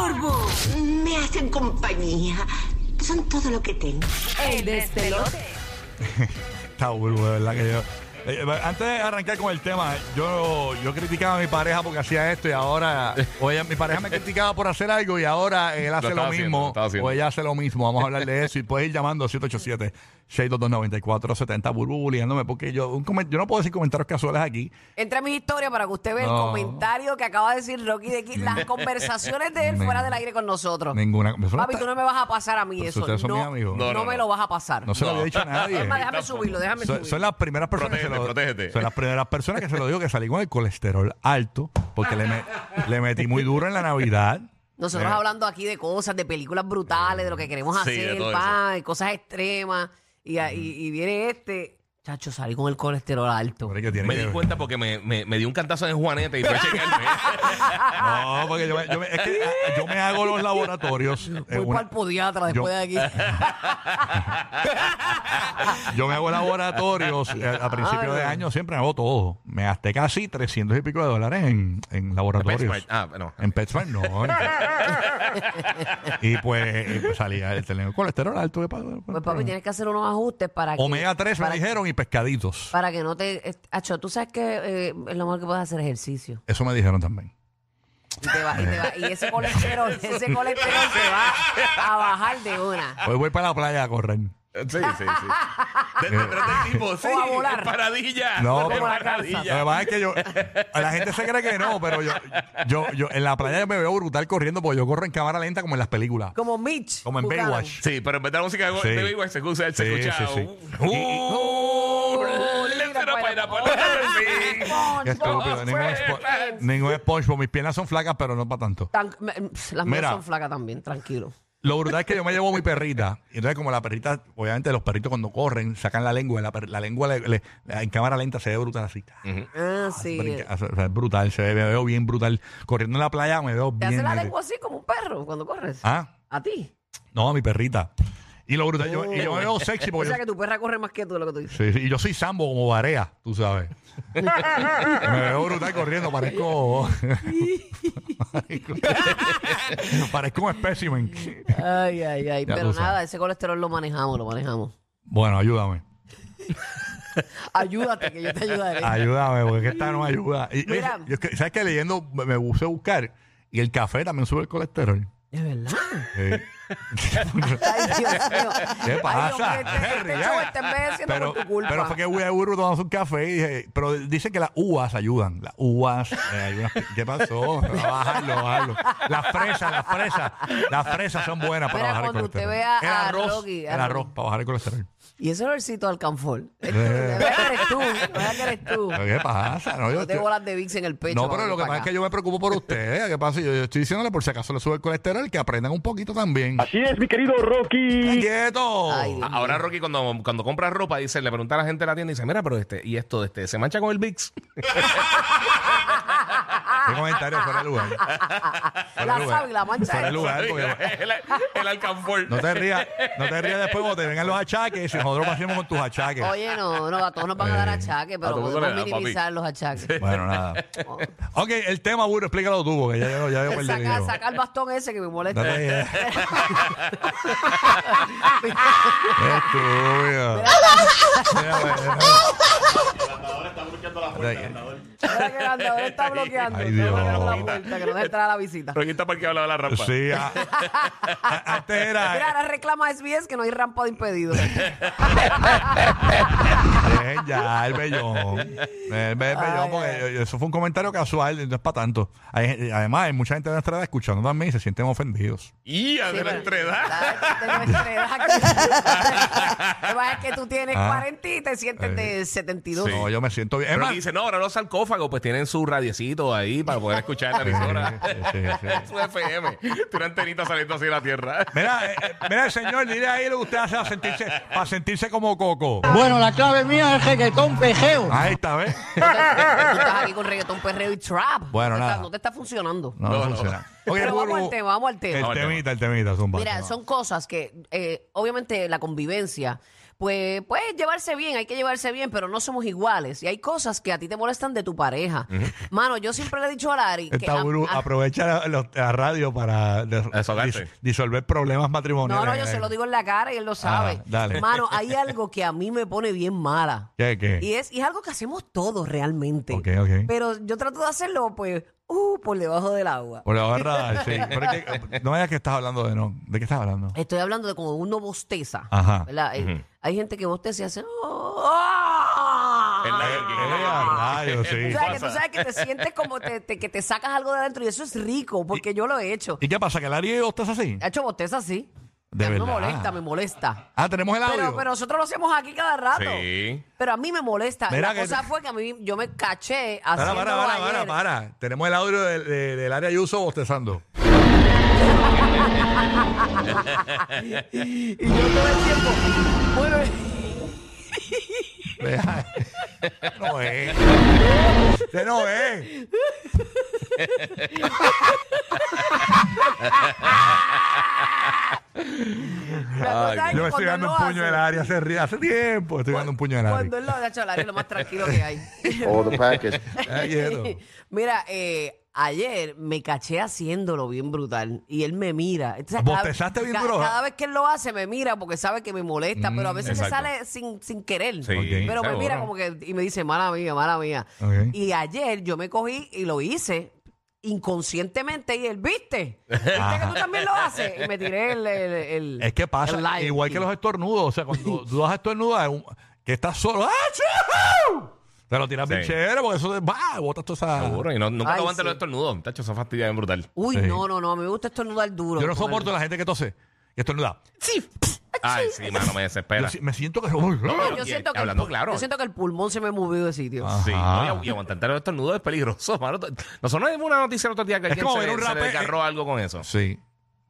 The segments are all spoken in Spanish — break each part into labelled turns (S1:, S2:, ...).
S1: bravo. Me hacen compañía. Son todo lo que tengo.
S2: El despelote.
S3: Está burro, de verdad que yo. eh, eh, Antes de arrancar con el tema, yo, yo criticaba a mi pareja porque hacía esto y ahora. O ella- mi pareja me criticaba por hacer algo y ahora él hace lo,
S4: estaba haciendo, lo
S3: mismo.
S4: estaba haciendo.
S3: o ella hace lo mismo. Vamos a hablar de eso y puedes ir llamando 787-622-9470, burbuleándome porque yo, un comen- yo no puedo decir comentarios casuales aquí.
S2: Entra a mi historia para que usted vea
S3: No.
S2: el comentario que acaba de decir Rocky de aquí, las conversaciones de él fuera del aire con nosotros.
S3: Ninguna. eso no
S2: Papi,
S3: está-
S2: tú no me vas a pasar a mí
S3: Pues
S2: eso.
S3: ustedes son
S2: no,
S3: mis amigos.
S2: no,
S4: No, no,
S2: me
S4: no.
S2: lo vas a pasar.
S3: no se lo había dicho a
S2: Es
S3: nadie.
S2: más, déjame subirlo, déjame
S3: Son,
S2: subirlo.
S3: son las primeras personas que lo,
S4: Protégete, protégete.
S3: son las primeras personas que se lo digo que salí con el colesterol alto porque le, me- le metí muy duro en la Navidad.
S2: Nosotros
S3: Eh.
S2: hablando aquí de cosas, de películas brutales, de lo que queremos
S4: Sí, de
S2: hacer,
S4: todo
S2: pa, de cosas extremas. Y, a- y- y viene este. Chacho, salí con el colesterol alto.
S3: Hombre, que tiene
S4: Me
S3: que-
S4: di cuenta porque me, me, me di un cantazo en Juanete y fue a chequearme. ¿eh?
S3: No, porque yo me, yo me- es que, ah, yo me hago los laboratorios. en
S2: Voy
S3: una-
S2: para el podiatra
S3: yo-
S2: después de aquí.
S3: yo me hago laboratorios eh, a, principios de
S2: Ay.
S3: año, siempre hago todo. Me gasté casi 300 y pico de dólares en, en laboratorios.
S4: PetSmart. Ah, no.
S3: En PetSmart no. y pues, y pues salía el teléfono colesterol alto. ¿qué pasa?
S2: Pues papi, tienes que hacer unos ajustes para que...
S3: Omega 3 me
S2: para,
S3: dijeron y pescaditos.
S2: Para que no te... eh, Acho, tú sabes que eh, es lo mejor que puedes hacer ejercicio.
S3: Eso me dijeron también.
S2: Y, te va- y, te va- y ese colesterol, ese colesterol se va a bajar de una.
S3: Hoy voy para la playa a correr.
S4: Sí, sí, sí. De, de- pero este tipo, sí.
S2: a volar.
S4: en Paradilla.
S3: Eh. Ah, No,
S4: en
S3: pero- Lo que
S4: paradilla.
S3: pasa es que yo. La gente se cree que no, pero yo, yo, yo en la playa yo me veo brutal corriendo porque yo corro en cámara lenta como en las películas.
S2: Como Mitch.
S3: Como en
S2: Buchanan.
S3: Baywatch.
S4: Sí, pero en vez de la música de,
S3: Sí.
S4: de Baywatch se escucha, se
S3: Sí,
S4: escucha.
S3: sí, sí.
S4: uh, uh,
S2: Oh,
S4: let's get a
S2: pues,
S4: pineapple. Sí.
S2: SpongeBob.
S3: Qué estúpido. Ningún, spo- ningún SpongeBob. Mis piernas son flacas, pero no para tanto.
S2: Tan- me- mm, pf, las mías
S3: Mira.
S2: son flacas también, tranquilo.
S3: Lo brutal es que yo me llevo mi perrita. Y entonces, como la perrita, obviamente los perritos cuando corren sacan la lengua. y La, per- la lengua le- le- en cámara lenta se ve brutal así.
S2: Ah, sí.
S3: Brinca- o sea, o sea, es brutal. Se ve, me veo bien brutal. Corriendo en la playa me veo
S2: Te
S3: bien.
S2: hace la
S3: nete.
S2: lengua así como un perro cuando corres.
S3: Ah.
S2: A ti.
S3: No, a mi perrita. Y lo brutal, yo, y yo me veo sexy
S2: O
S3: porque yo,
S2: sea que tu perra corre más que tú, lo que tú dices.
S3: Sí, sí, y yo soy sambo como Varea, tú sabes. me veo brutal corriendo, parezco... parezco, parezco un espécimen.
S2: Ay, ay, ay.
S3: Ya
S2: Pero
S3: tú sabes.
S2: nada, ese colesterol lo manejamos, lo manejamos.
S3: Bueno, ayúdame.
S2: Ayúdate, que yo te ayudaré.
S3: Ayúdame, porque esta no me ayuda. Y- y-
S2: Mira.
S3: yo es que- ¿Sabes qué? Leyendo me, me puse a buscar y el café también sube el colesterol. Eh,
S2: Es verdad.
S3: Sí.
S2: Ay, Dios mío.
S3: ¿Qué pasa?
S2: Ay, Dios mío, este-
S3: Henry,
S2: este show
S3: eh.
S2: está envejeciendo
S3: pero,
S2: por tu culpa.
S3: pero fue que voy a Uru tomamos un café y dije, pero dicen que las uvas ayudan. Las uvas, eh, hay unas- ¿qué pasó? A bajarlo, a bajarlo. Las fresas, las fresas, las fresas son buenas para
S2: Mira,
S3: bajar el
S2: cuando usted vea
S3: colesterol. el
S2: a
S3: arroz,
S2: Rocky, a
S3: el arroz
S2: Rocky.
S3: para bajar el colesterol.
S2: Y ese olorcito al canfor. De
S3: Eh.
S2: verdad que eres tú, de verdad que eres tú.
S3: Pero, ¿Qué pasa? No, yo
S2: No te
S3: estoy-
S2: bolas de Vicks en el pecho.
S3: no, pero
S2: vamos
S3: lo que
S2: para
S3: pasa es
S2: acá.
S3: que yo me preocupo por ustedes. ¿Qué pasa? Yo, yo estoy diciéndole por si acaso le sube el colesterol, que aprendan un poquito también.
S5: Así es, mi querido Rocky.
S3: ¡Quieto!
S2: Ay, Dios.
S4: Ahora Rocky cuando, cuando compra ropa dice, le pregunta a la gente de la tienda y dice, mira, pero este, y esto, este, ¿se mancha con el VIX?
S3: Qué comentario fuera de lugar. Fuera de
S2: La
S3: lugar.
S2: sábila mancha
S3: Fuera de
S2: eso.
S3: lugar, porque
S4: el, el alcanfor.
S3: No te rías, no te rías después cuando te vengan los achaques. Y nosotros pasemos con tus achaques.
S2: Oye, no, no, a todos nos van a dar achaques,
S4: a
S2: pero
S4: todo mundo
S2: podemos
S4: le da, papi.
S2: minimizar los achaques.
S3: Bueno, nada. Ok, el tema, Burro, explícalo tú, porque ya, ya, ya yo perdí el
S2: Oh. Saca,
S3: hilo.
S2: saca el bastón ese que me
S3: No
S2: molesta.
S3: te rías.
S2: Mira,
S3: Estúpido.
S2: que el andador está bloqueando.
S3: Ay,
S2: está
S3: Dios.
S2: bloqueando la puerta, que no se entra la visita.
S4: Rocky está parqueado al lado de la rampa.
S3: Sí, a- a- antes
S2: Mira,
S3: era.
S2: ahora reclama a SBS que no hay rampa de impedido.
S3: Dejen ya, el bellón. El be-
S2: Ay,
S3: bellón, porque yo- eso fue un comentario casual, no es para tanto. Hay gen- además, hay mucha gente de nuestra edad escuchando también y se sienten ofendidos.
S4: Y a de la
S2: pero-
S4: entredad.
S2: Ah, de nuestra edad. Lo que pasa es que tú tienes
S3: Ah.
S2: 40 y te sientes de 72.
S3: No, yo me siento bien. Es
S4: Pero
S3: más,
S4: que dice, no, ahora los sarcófagos pues tienen su radiecito ahí para poder escuchar la emisora.
S3: Sí, sí, sí.
S4: su FM. Tiene una antenita saliendo así de la tierra.
S3: Mira, eh, eh, mira, señor, dile ahí lo que usted hace para sentirse, para sentirse como Coco.
S6: Bueno, la clave mía es reggaetón pejeo.
S3: Ahí está, ¿ves?
S2: Tú estás aquí con reggaetón, perreo y trap.
S3: Bueno,
S2: no te
S3: nada.
S2: Está, no te está funcionando.
S3: No, no
S4: No, no.
S3: funciona. Ok,
S2: Pero vamos
S3: Burbu,
S2: al tema, vamos al tema.
S3: El temita, el temita, zumba.
S2: Mira,
S3: zumba.
S2: son cosas que, eh, obviamente, la convivencia, pues, pues llevarse bien, hay que llevarse bien, pero no somos iguales. Y hay cosas que a ti te molestan de tu pareja. Mano, yo siempre le he dicho a Lari que...
S3: Esta
S2: a-
S3: gurú
S2: a-
S3: aprovecha la, los- la radio para des-
S4: Desahogarte.
S3: disolver problemas
S2: no,
S3: matrimoniales.
S2: no, yo se lo digo en la cara y él lo sabe.
S3: dale.
S2: Mano, hay algo que a mí me pone bien mala.
S3: ¿Qué, qué?
S2: Y es, y es algo que hacemos todos realmente.
S3: Ok, ok.
S2: Pero yo trato de hacerlo, pues, uh, por debajo del agua.
S3: Por la barra, sí. Pero es que, no me digas que estás hablando de no. ¿De qué estás hablando?
S2: Estoy hablando de cuando uno bosteza.
S3: Ajá.
S2: ¿verdad? Eh, Hay gente que bosteza y hace. ¡Ah!
S4: Es la
S3: Eh, a rayos, sí.
S2: O sea, que tú sabes que te sientes como te- te- que te sacas algo de adentro y eso es rico, porque yo lo he hecho.
S3: ¿Y qué pasa? ¿Que el Ari usted es así?
S2: He hecho bosteza así.
S3: De
S2: Me
S3: verdad.
S2: molesta, me molesta.
S3: Ah, tenemos el audio.
S2: Pero, pero nosotros lo hacemos aquí cada rato.
S4: Sí.
S2: Pero a mí me molesta.
S3: Mira
S2: la
S3: que-
S2: cosa fue que a mí yo me caché
S3: para,
S2: haciendo
S3: para, para, para,
S2: ayer.
S3: para. Tenemos el audio del, de- del área Yuso bostezando.
S2: Y yo todo el tiempo. Bueno,
S3: Deja- no es. Usted no es.
S2: La cosa es que
S3: Yo
S2: cuando
S3: estoy dando
S2: él
S3: un
S2: lo
S3: puño del
S2: hace-
S3: área hace, ri- hace tiempo. Estoy dando un puño del área.
S2: Cuando él lo ha hecho, Larry es lo más tranquilo que hay.
S7: All the package.
S2: Mira, eh, ayer me caché haciéndolo bien brutal y él me mira. Entonces,
S3: ¿Bostezaste bien
S2: ca-
S3: duro? Mm,
S2: Cada vez que él lo hace me mira porque sabe que me molesta, pero a veces
S4: exacto.
S2: se sale sin, sin querer.
S4: Sí,
S2: Pero me
S4: seguro.
S2: mira como que y me dice, mala mía, mala mía.
S3: Ok.
S2: Y ayer yo me cogí y lo hice inconscientemente y él, ¿viste? ¿Viste que tú también lo haces? Y me tiré el... el, el-
S3: Es que pasa
S2: el like.
S3: igual que los estornudos. O sea, cuando tú das estornudas, un- que estás solo. ¡Ah, chu! Te lo tiras
S4: Sí.
S3: bien chévere porque eso te va, botas toda esa.
S4: Seguro. Y no, nunca
S2: Ay,
S4: te aguantes
S2: sí.
S4: los estornudos. Tacho, esa fastidia bien brutal.
S2: Uy,
S3: Sí.
S2: no, no, no, a mí me gusta estornudar duro.
S3: Yo no
S2: con
S3: soporto
S2: el-
S3: la gente que tose, que estornuda.
S2: Sí.
S4: Ay, sí, mano, me desespera.
S3: Yo si- me siento que. Uy, ¡ah!
S4: no,
S2: yo
S4: y-
S2: siento que
S4: hablando
S2: el, pul-
S4: claro.
S2: yo siento que el pulmón se me movió de sitio.
S4: Sí,
S3: Ajá.
S4: no, y, agu- y aguantarte los estornudos es peligroso, mano. T- Nosotros vimos una noticia el otro día que
S3: Es
S4: alguien
S3: como
S4: se,
S3: ver un
S4: se le
S3: rapero-
S4: desgarró algo con eso.
S3: Sí.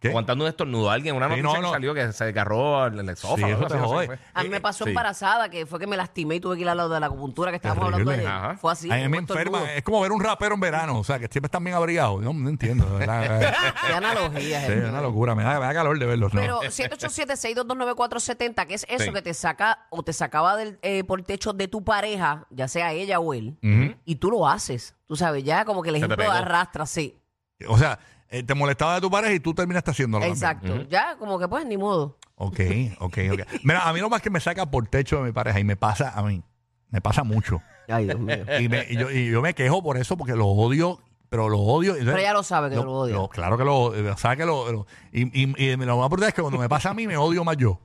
S3: ¿Qué?
S4: Aguantando un estornudo. Alguien, una
S3: Sí,
S4: noticia
S3: no,
S4: que
S3: no.
S4: salió que se desgarró el, el esófago.
S3: Sí, eso
S4: algo así,
S3: te
S4: no sé
S3: jode.
S4: qué fue.
S2: A mí me pasó
S4: Sí.
S2: embarazada, que fue que me lastimé y tuve que ir a lo de la acupuntura que estábamos hablando
S3: Terrible.
S2: ayer.
S4: Ajá.
S2: Fue así.
S3: A mí
S2: un
S3: me
S2: estornudo.
S3: enferma. Es como ver un rapero en verano. O sea, que siempre están bien abrigados. Yo no entiendo. de ¿verdad?
S2: Qué analogía,
S3: eh. Sí,
S2: gente.
S3: es una locura. Me da, me da calor de verlos. ¿no?
S2: Pero 787-622-9470, que es eso
S4: Sí.
S2: que te saca o te sacaba del, eh, por el techo de tu pareja, ya sea ella o él, y tú lo haces. Tú sabes, ya como que el
S4: Se te
S2: ejemplo
S4: pegó.
S2: arrastra, sí.
S3: O sea, eh, te molestaba de tu pareja y tú terminaste haciéndolo. también.
S2: Exacto. Ya como que pues ni modo.
S3: Ok, ok, ok. Mira, a mí lo más que me saca por techo de mi pareja y me pasa a mí. Me pasa mucho.
S2: Ay, Dios mío.
S3: Y, me- y yo, y yo me quejo por eso porque lo odio, pero lo odio.
S2: Pero ella lo sabe que lo odia.
S3: claro que lo sabe que lo. lo- y, y, y lo más brutal es que cuando me pasa a mí, me odio más yo.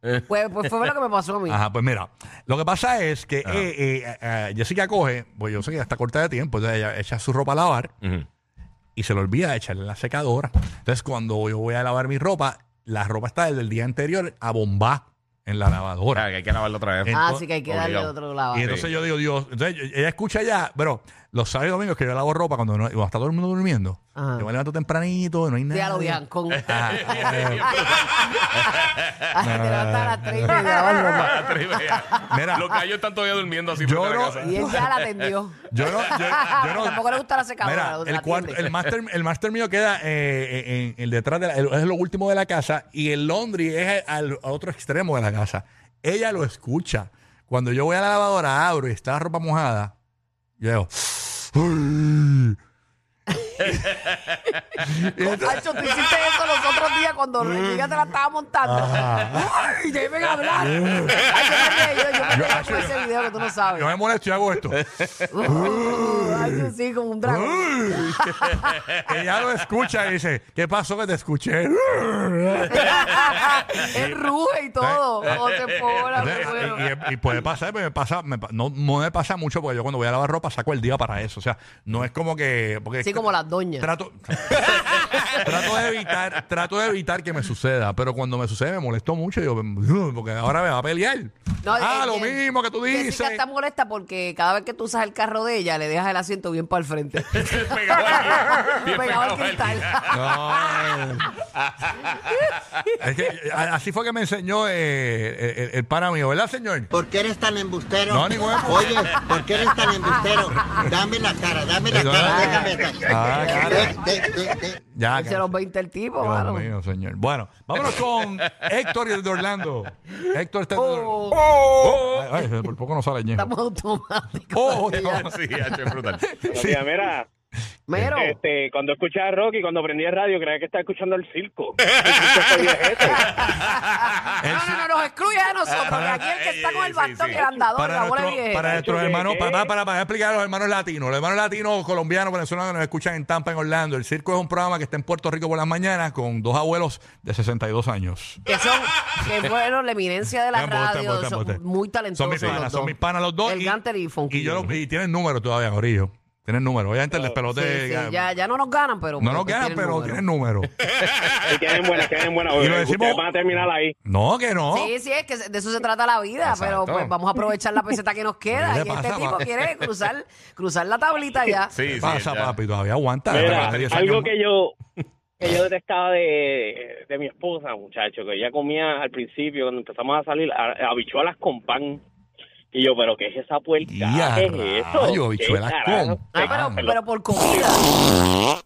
S2: Pues, pues fue lo que me pasó a mí.
S3: Ajá, pues mira, lo que pasa es que eh, eh, eh, Jessica coge, pues yo sé que ya está corta de tiempo, entonces ella echa su ropa a lavar
S4: Ujú.
S3: y se le olvida de echarle en la secadora. Entonces, cuando yo voy a lavar mi ropa, la ropa está desde el día anterior a bomba en la
S4: O sea,
S3: lavadora.
S4: Ah, que hay que lavarlo otra vez.
S3: Eh,
S2: Ah,
S3: entonces-
S2: sí que hay que darle
S4: obligado.
S2: otro lado.
S3: Y entonces
S4: sí.
S3: yo digo, Dios, entonces yo- ella escucha ya, pero los sábados y domingos que yo lavo ropa cuando, no, cuando está todo el mundo durmiendo,
S2: Ajá.
S3: yo me levanto tempranito, no hay nada.
S2: Ya lo Biancón.
S3: Ah, eh,
S2: Ay, te levantas a las tres y media, vas, loco.
S4: Ah, tres y media.
S3: Mira.
S4: Los gallos están todavía durmiendo así.
S3: Yo
S4: frente a la
S3: no-
S4: casa.
S2: Y él ya la atendió.
S3: Yo no, yo, yo no-
S2: Tampoco le gusta la secadora,
S3: Mira,
S2: la- la
S3: el, cuarto-
S2: tiende.
S3: el master, el master mío queda eh, en, en- en detrás de la- el- es lo último de la casa y el laundry es al, al otro extremo de la casa. Ella lo escucha. Cuando yo voy a la lavadora, abro y está la ropa mojada. Yo digo, "Uy". Y entonces-
S2: Hacho, tú hiciste eso los otros días
S3: Mm.
S2: cuando Giga te la estaba montando. ¡Ay, deben hablar! Ay, yo me reí, yo, yo me reí con ese video que tú no sabes.
S3: Mm. yo me molesto y hago esto.
S2: Ay, yo sí, como un dragón.
S3: "Uy". Ella lo escucha y dice, ¿qué pasó que te escuché?
S2: Él ruge y todo. Oh, se pola,
S3: Entonces, eh,
S2: me muero.
S3: y, y- y puede pasar, pero me pasa, me pa- no, no me pasa mucho porque yo cuando voy a lavar ropa saco el día para eso. O sea, no es como que. Porque
S2: Sí, como las doñas.
S3: Trato, trato, de evitar, trato de evitar que me suceda, pero cuando me sucede me molesto mucho. Yo, "Ugh", porque ahora me va a pelear.
S2: No,
S3: ah,
S2: eh,
S3: lo
S2: eh,
S3: mismo que tú dices.
S2: Jessica está molesta porque cada vez que tú usas el carro de ella, le dejas el asiento bien para el frente.
S4: Pegado al- bien
S2: Pegado al cristal.
S3: No, Es que, a- así fue que me enseñó eh, el, el, el pana mío, ¿verdad, señor?
S7: ¿Por qué eres tan embustero?
S3: No, ningún embustero.
S7: Oye, ¿por qué eres tan embustero? Dame la cara, dame la
S3: Ah,
S7: cara, déjame esta.
S3: ah, claro.
S7: De- de- de- de-
S3: Ya,
S2: Se los 20 el tipo,
S3: Dios
S2: mano.
S3: mío, señor. Bueno, vámonos con Héctor de Orlando. Héctor está.
S2: Oh,
S3: Ay, ay, por poco no sale ñejo.
S2: estamos automáticos.
S3: Oh, no.
S4: sí, H, es brutal.
S5: Buenos días, mira,
S2: Mero,
S3: Eh,
S5: este, cuando escuchaba a Rocky, cuando prendía radio, creía que estaba escuchando el circo. El circo fue viejete.
S3: El
S2: no,
S3: ci-
S2: no, no, nos excluyes a nosotros. que aquí el que está con el bastón
S4: Sí, sí.
S2: y el andador,
S3: Para,
S2: la bola
S3: nuestro-
S2: vieja.
S3: para nuestros
S5: ¿Qué?
S3: hermanos, para, para, para, para explicar a los hermanos latinos, los hermanos latinos, colombianos, venezolanos que nos escuchan en Tampa, en Orlando. El circo es un programa que está en Puerto Rico por las mañanas con dos abuelos de 62 años.
S2: Que son, que fueron la eminencia de la
S3: Embuste,
S2: radio.
S3: embuste,
S2: son
S3: embuste.
S2: muy
S3: Son
S2: talentosos.
S3: mis
S2: los
S3: panas,
S2: dos.
S3: son mis panas los dos.
S2: El
S3: y-
S2: Ganter y Funky. Oh,
S3: Y, yo lo- y tienen números todavía, Gorillo. Tienen números. Obviamente el
S2: Sí,
S3: despelote.
S2: sí, ya, ya no nos ganan, pero. pues,
S3: No nos quedan, pero tienen números.
S5: Y tienen buenas, tienen buenas.
S3: Y lo
S5: Ustedes
S3: decimos-
S5: van a terminar ahí.
S3: No, que no.
S2: Sí, sí, es que de eso se trata la vida,
S4: Exacto.
S2: pero pues vamos a aprovechar la peseta que nos queda.
S3: ¿Qué
S2: Y
S3: le
S2: este
S3: pasa,
S2: tipo
S3: papá?
S2: quiere cruzar, cruzar la tablita ya.
S4: Sí, sí.
S3: Pasa,
S4: ya.
S3: papi, todavía aguanta.
S5: Mira,
S3: Hace 10
S5: algo
S3: años-
S5: que yo que yo detestaba de, de mi esposa, muchacho, que ella comía al principio, cuando empezamos a salir, a- habichuelas con pan. Y yo, ¿pero qué es esa puerca?
S3: Ya,
S5: ¿Qué es eso?
S3: rayo,
S5: ¿Qué
S3: habichuelas
S5: carajo?
S3: con
S5: Sí,
S2: Ah,
S5: se
S2: pero,
S5: lo-
S2: pero por comida.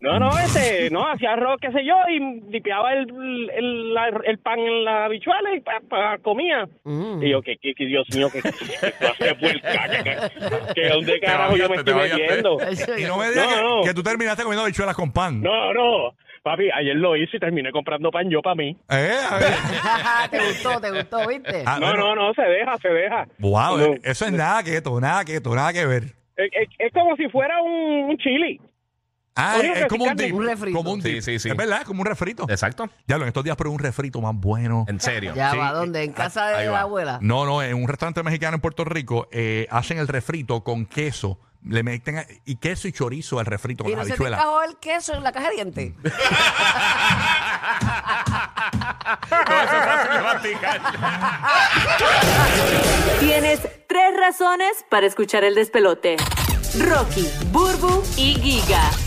S5: No, no, ese, no, hacía arroz, qué sé yo, y limpiaba el, el, la- el pan en la habichuela y pa, pa- comía. Y yo, que, que, que Dios mío, que, que, que puerca, que, que dónde
S4: Te
S5: carajo yo me
S4: bañaste, te
S5: estoy
S4: bañaste.
S5: metiendo.
S2: Eso-
S3: Y no me digas
S5: No,
S3: que,
S5: no.
S3: que tú terminaste comiendo habichuelas con pan.
S5: No, no, papi, ayer lo hice y terminé comprando pan yo para mí.
S3: Eh, a ver.
S2: te gustó, te gustó, ¿viste?
S3: Ah,
S5: No,
S3: bueno.
S5: no, no, se deja, se deja.
S3: Wow,
S5: No.
S3: eh, eso es nada que esto, nada que esto, nada que ver.
S5: Es, es- es como si fuera un, un chili.
S3: Ah,
S5: Oye,
S3: es,
S5: que
S3: como un
S5: picarle.
S3: dip,
S2: Un refrito.
S3: como un
S4: Sí,
S3: dip.
S4: sí, sí.
S3: Es verdad, es como un refrito.
S4: Exacto.
S3: Ya lo en estos días pero un refrito más bueno.
S4: En serio.
S2: ya
S4: Sí.
S2: va, ¿dónde?
S3: Ah,
S2: En casa de
S4: Ahí
S2: la
S4: va.
S2: abuela.
S3: No, no, en un restaurante mexicano en Puerto Rico eh, hacen el refrito con queso, le meten a- y queso y chorizo al refrito con
S2: Y
S3: la
S2: no se te
S3: habichuela. Mm.
S2: encajó el queso en la caja de dientes.
S4: Todo eso se hace que masticar.
S8: Tienes tres razones para escuchar el despelote. Rocky, Burbu y Giga.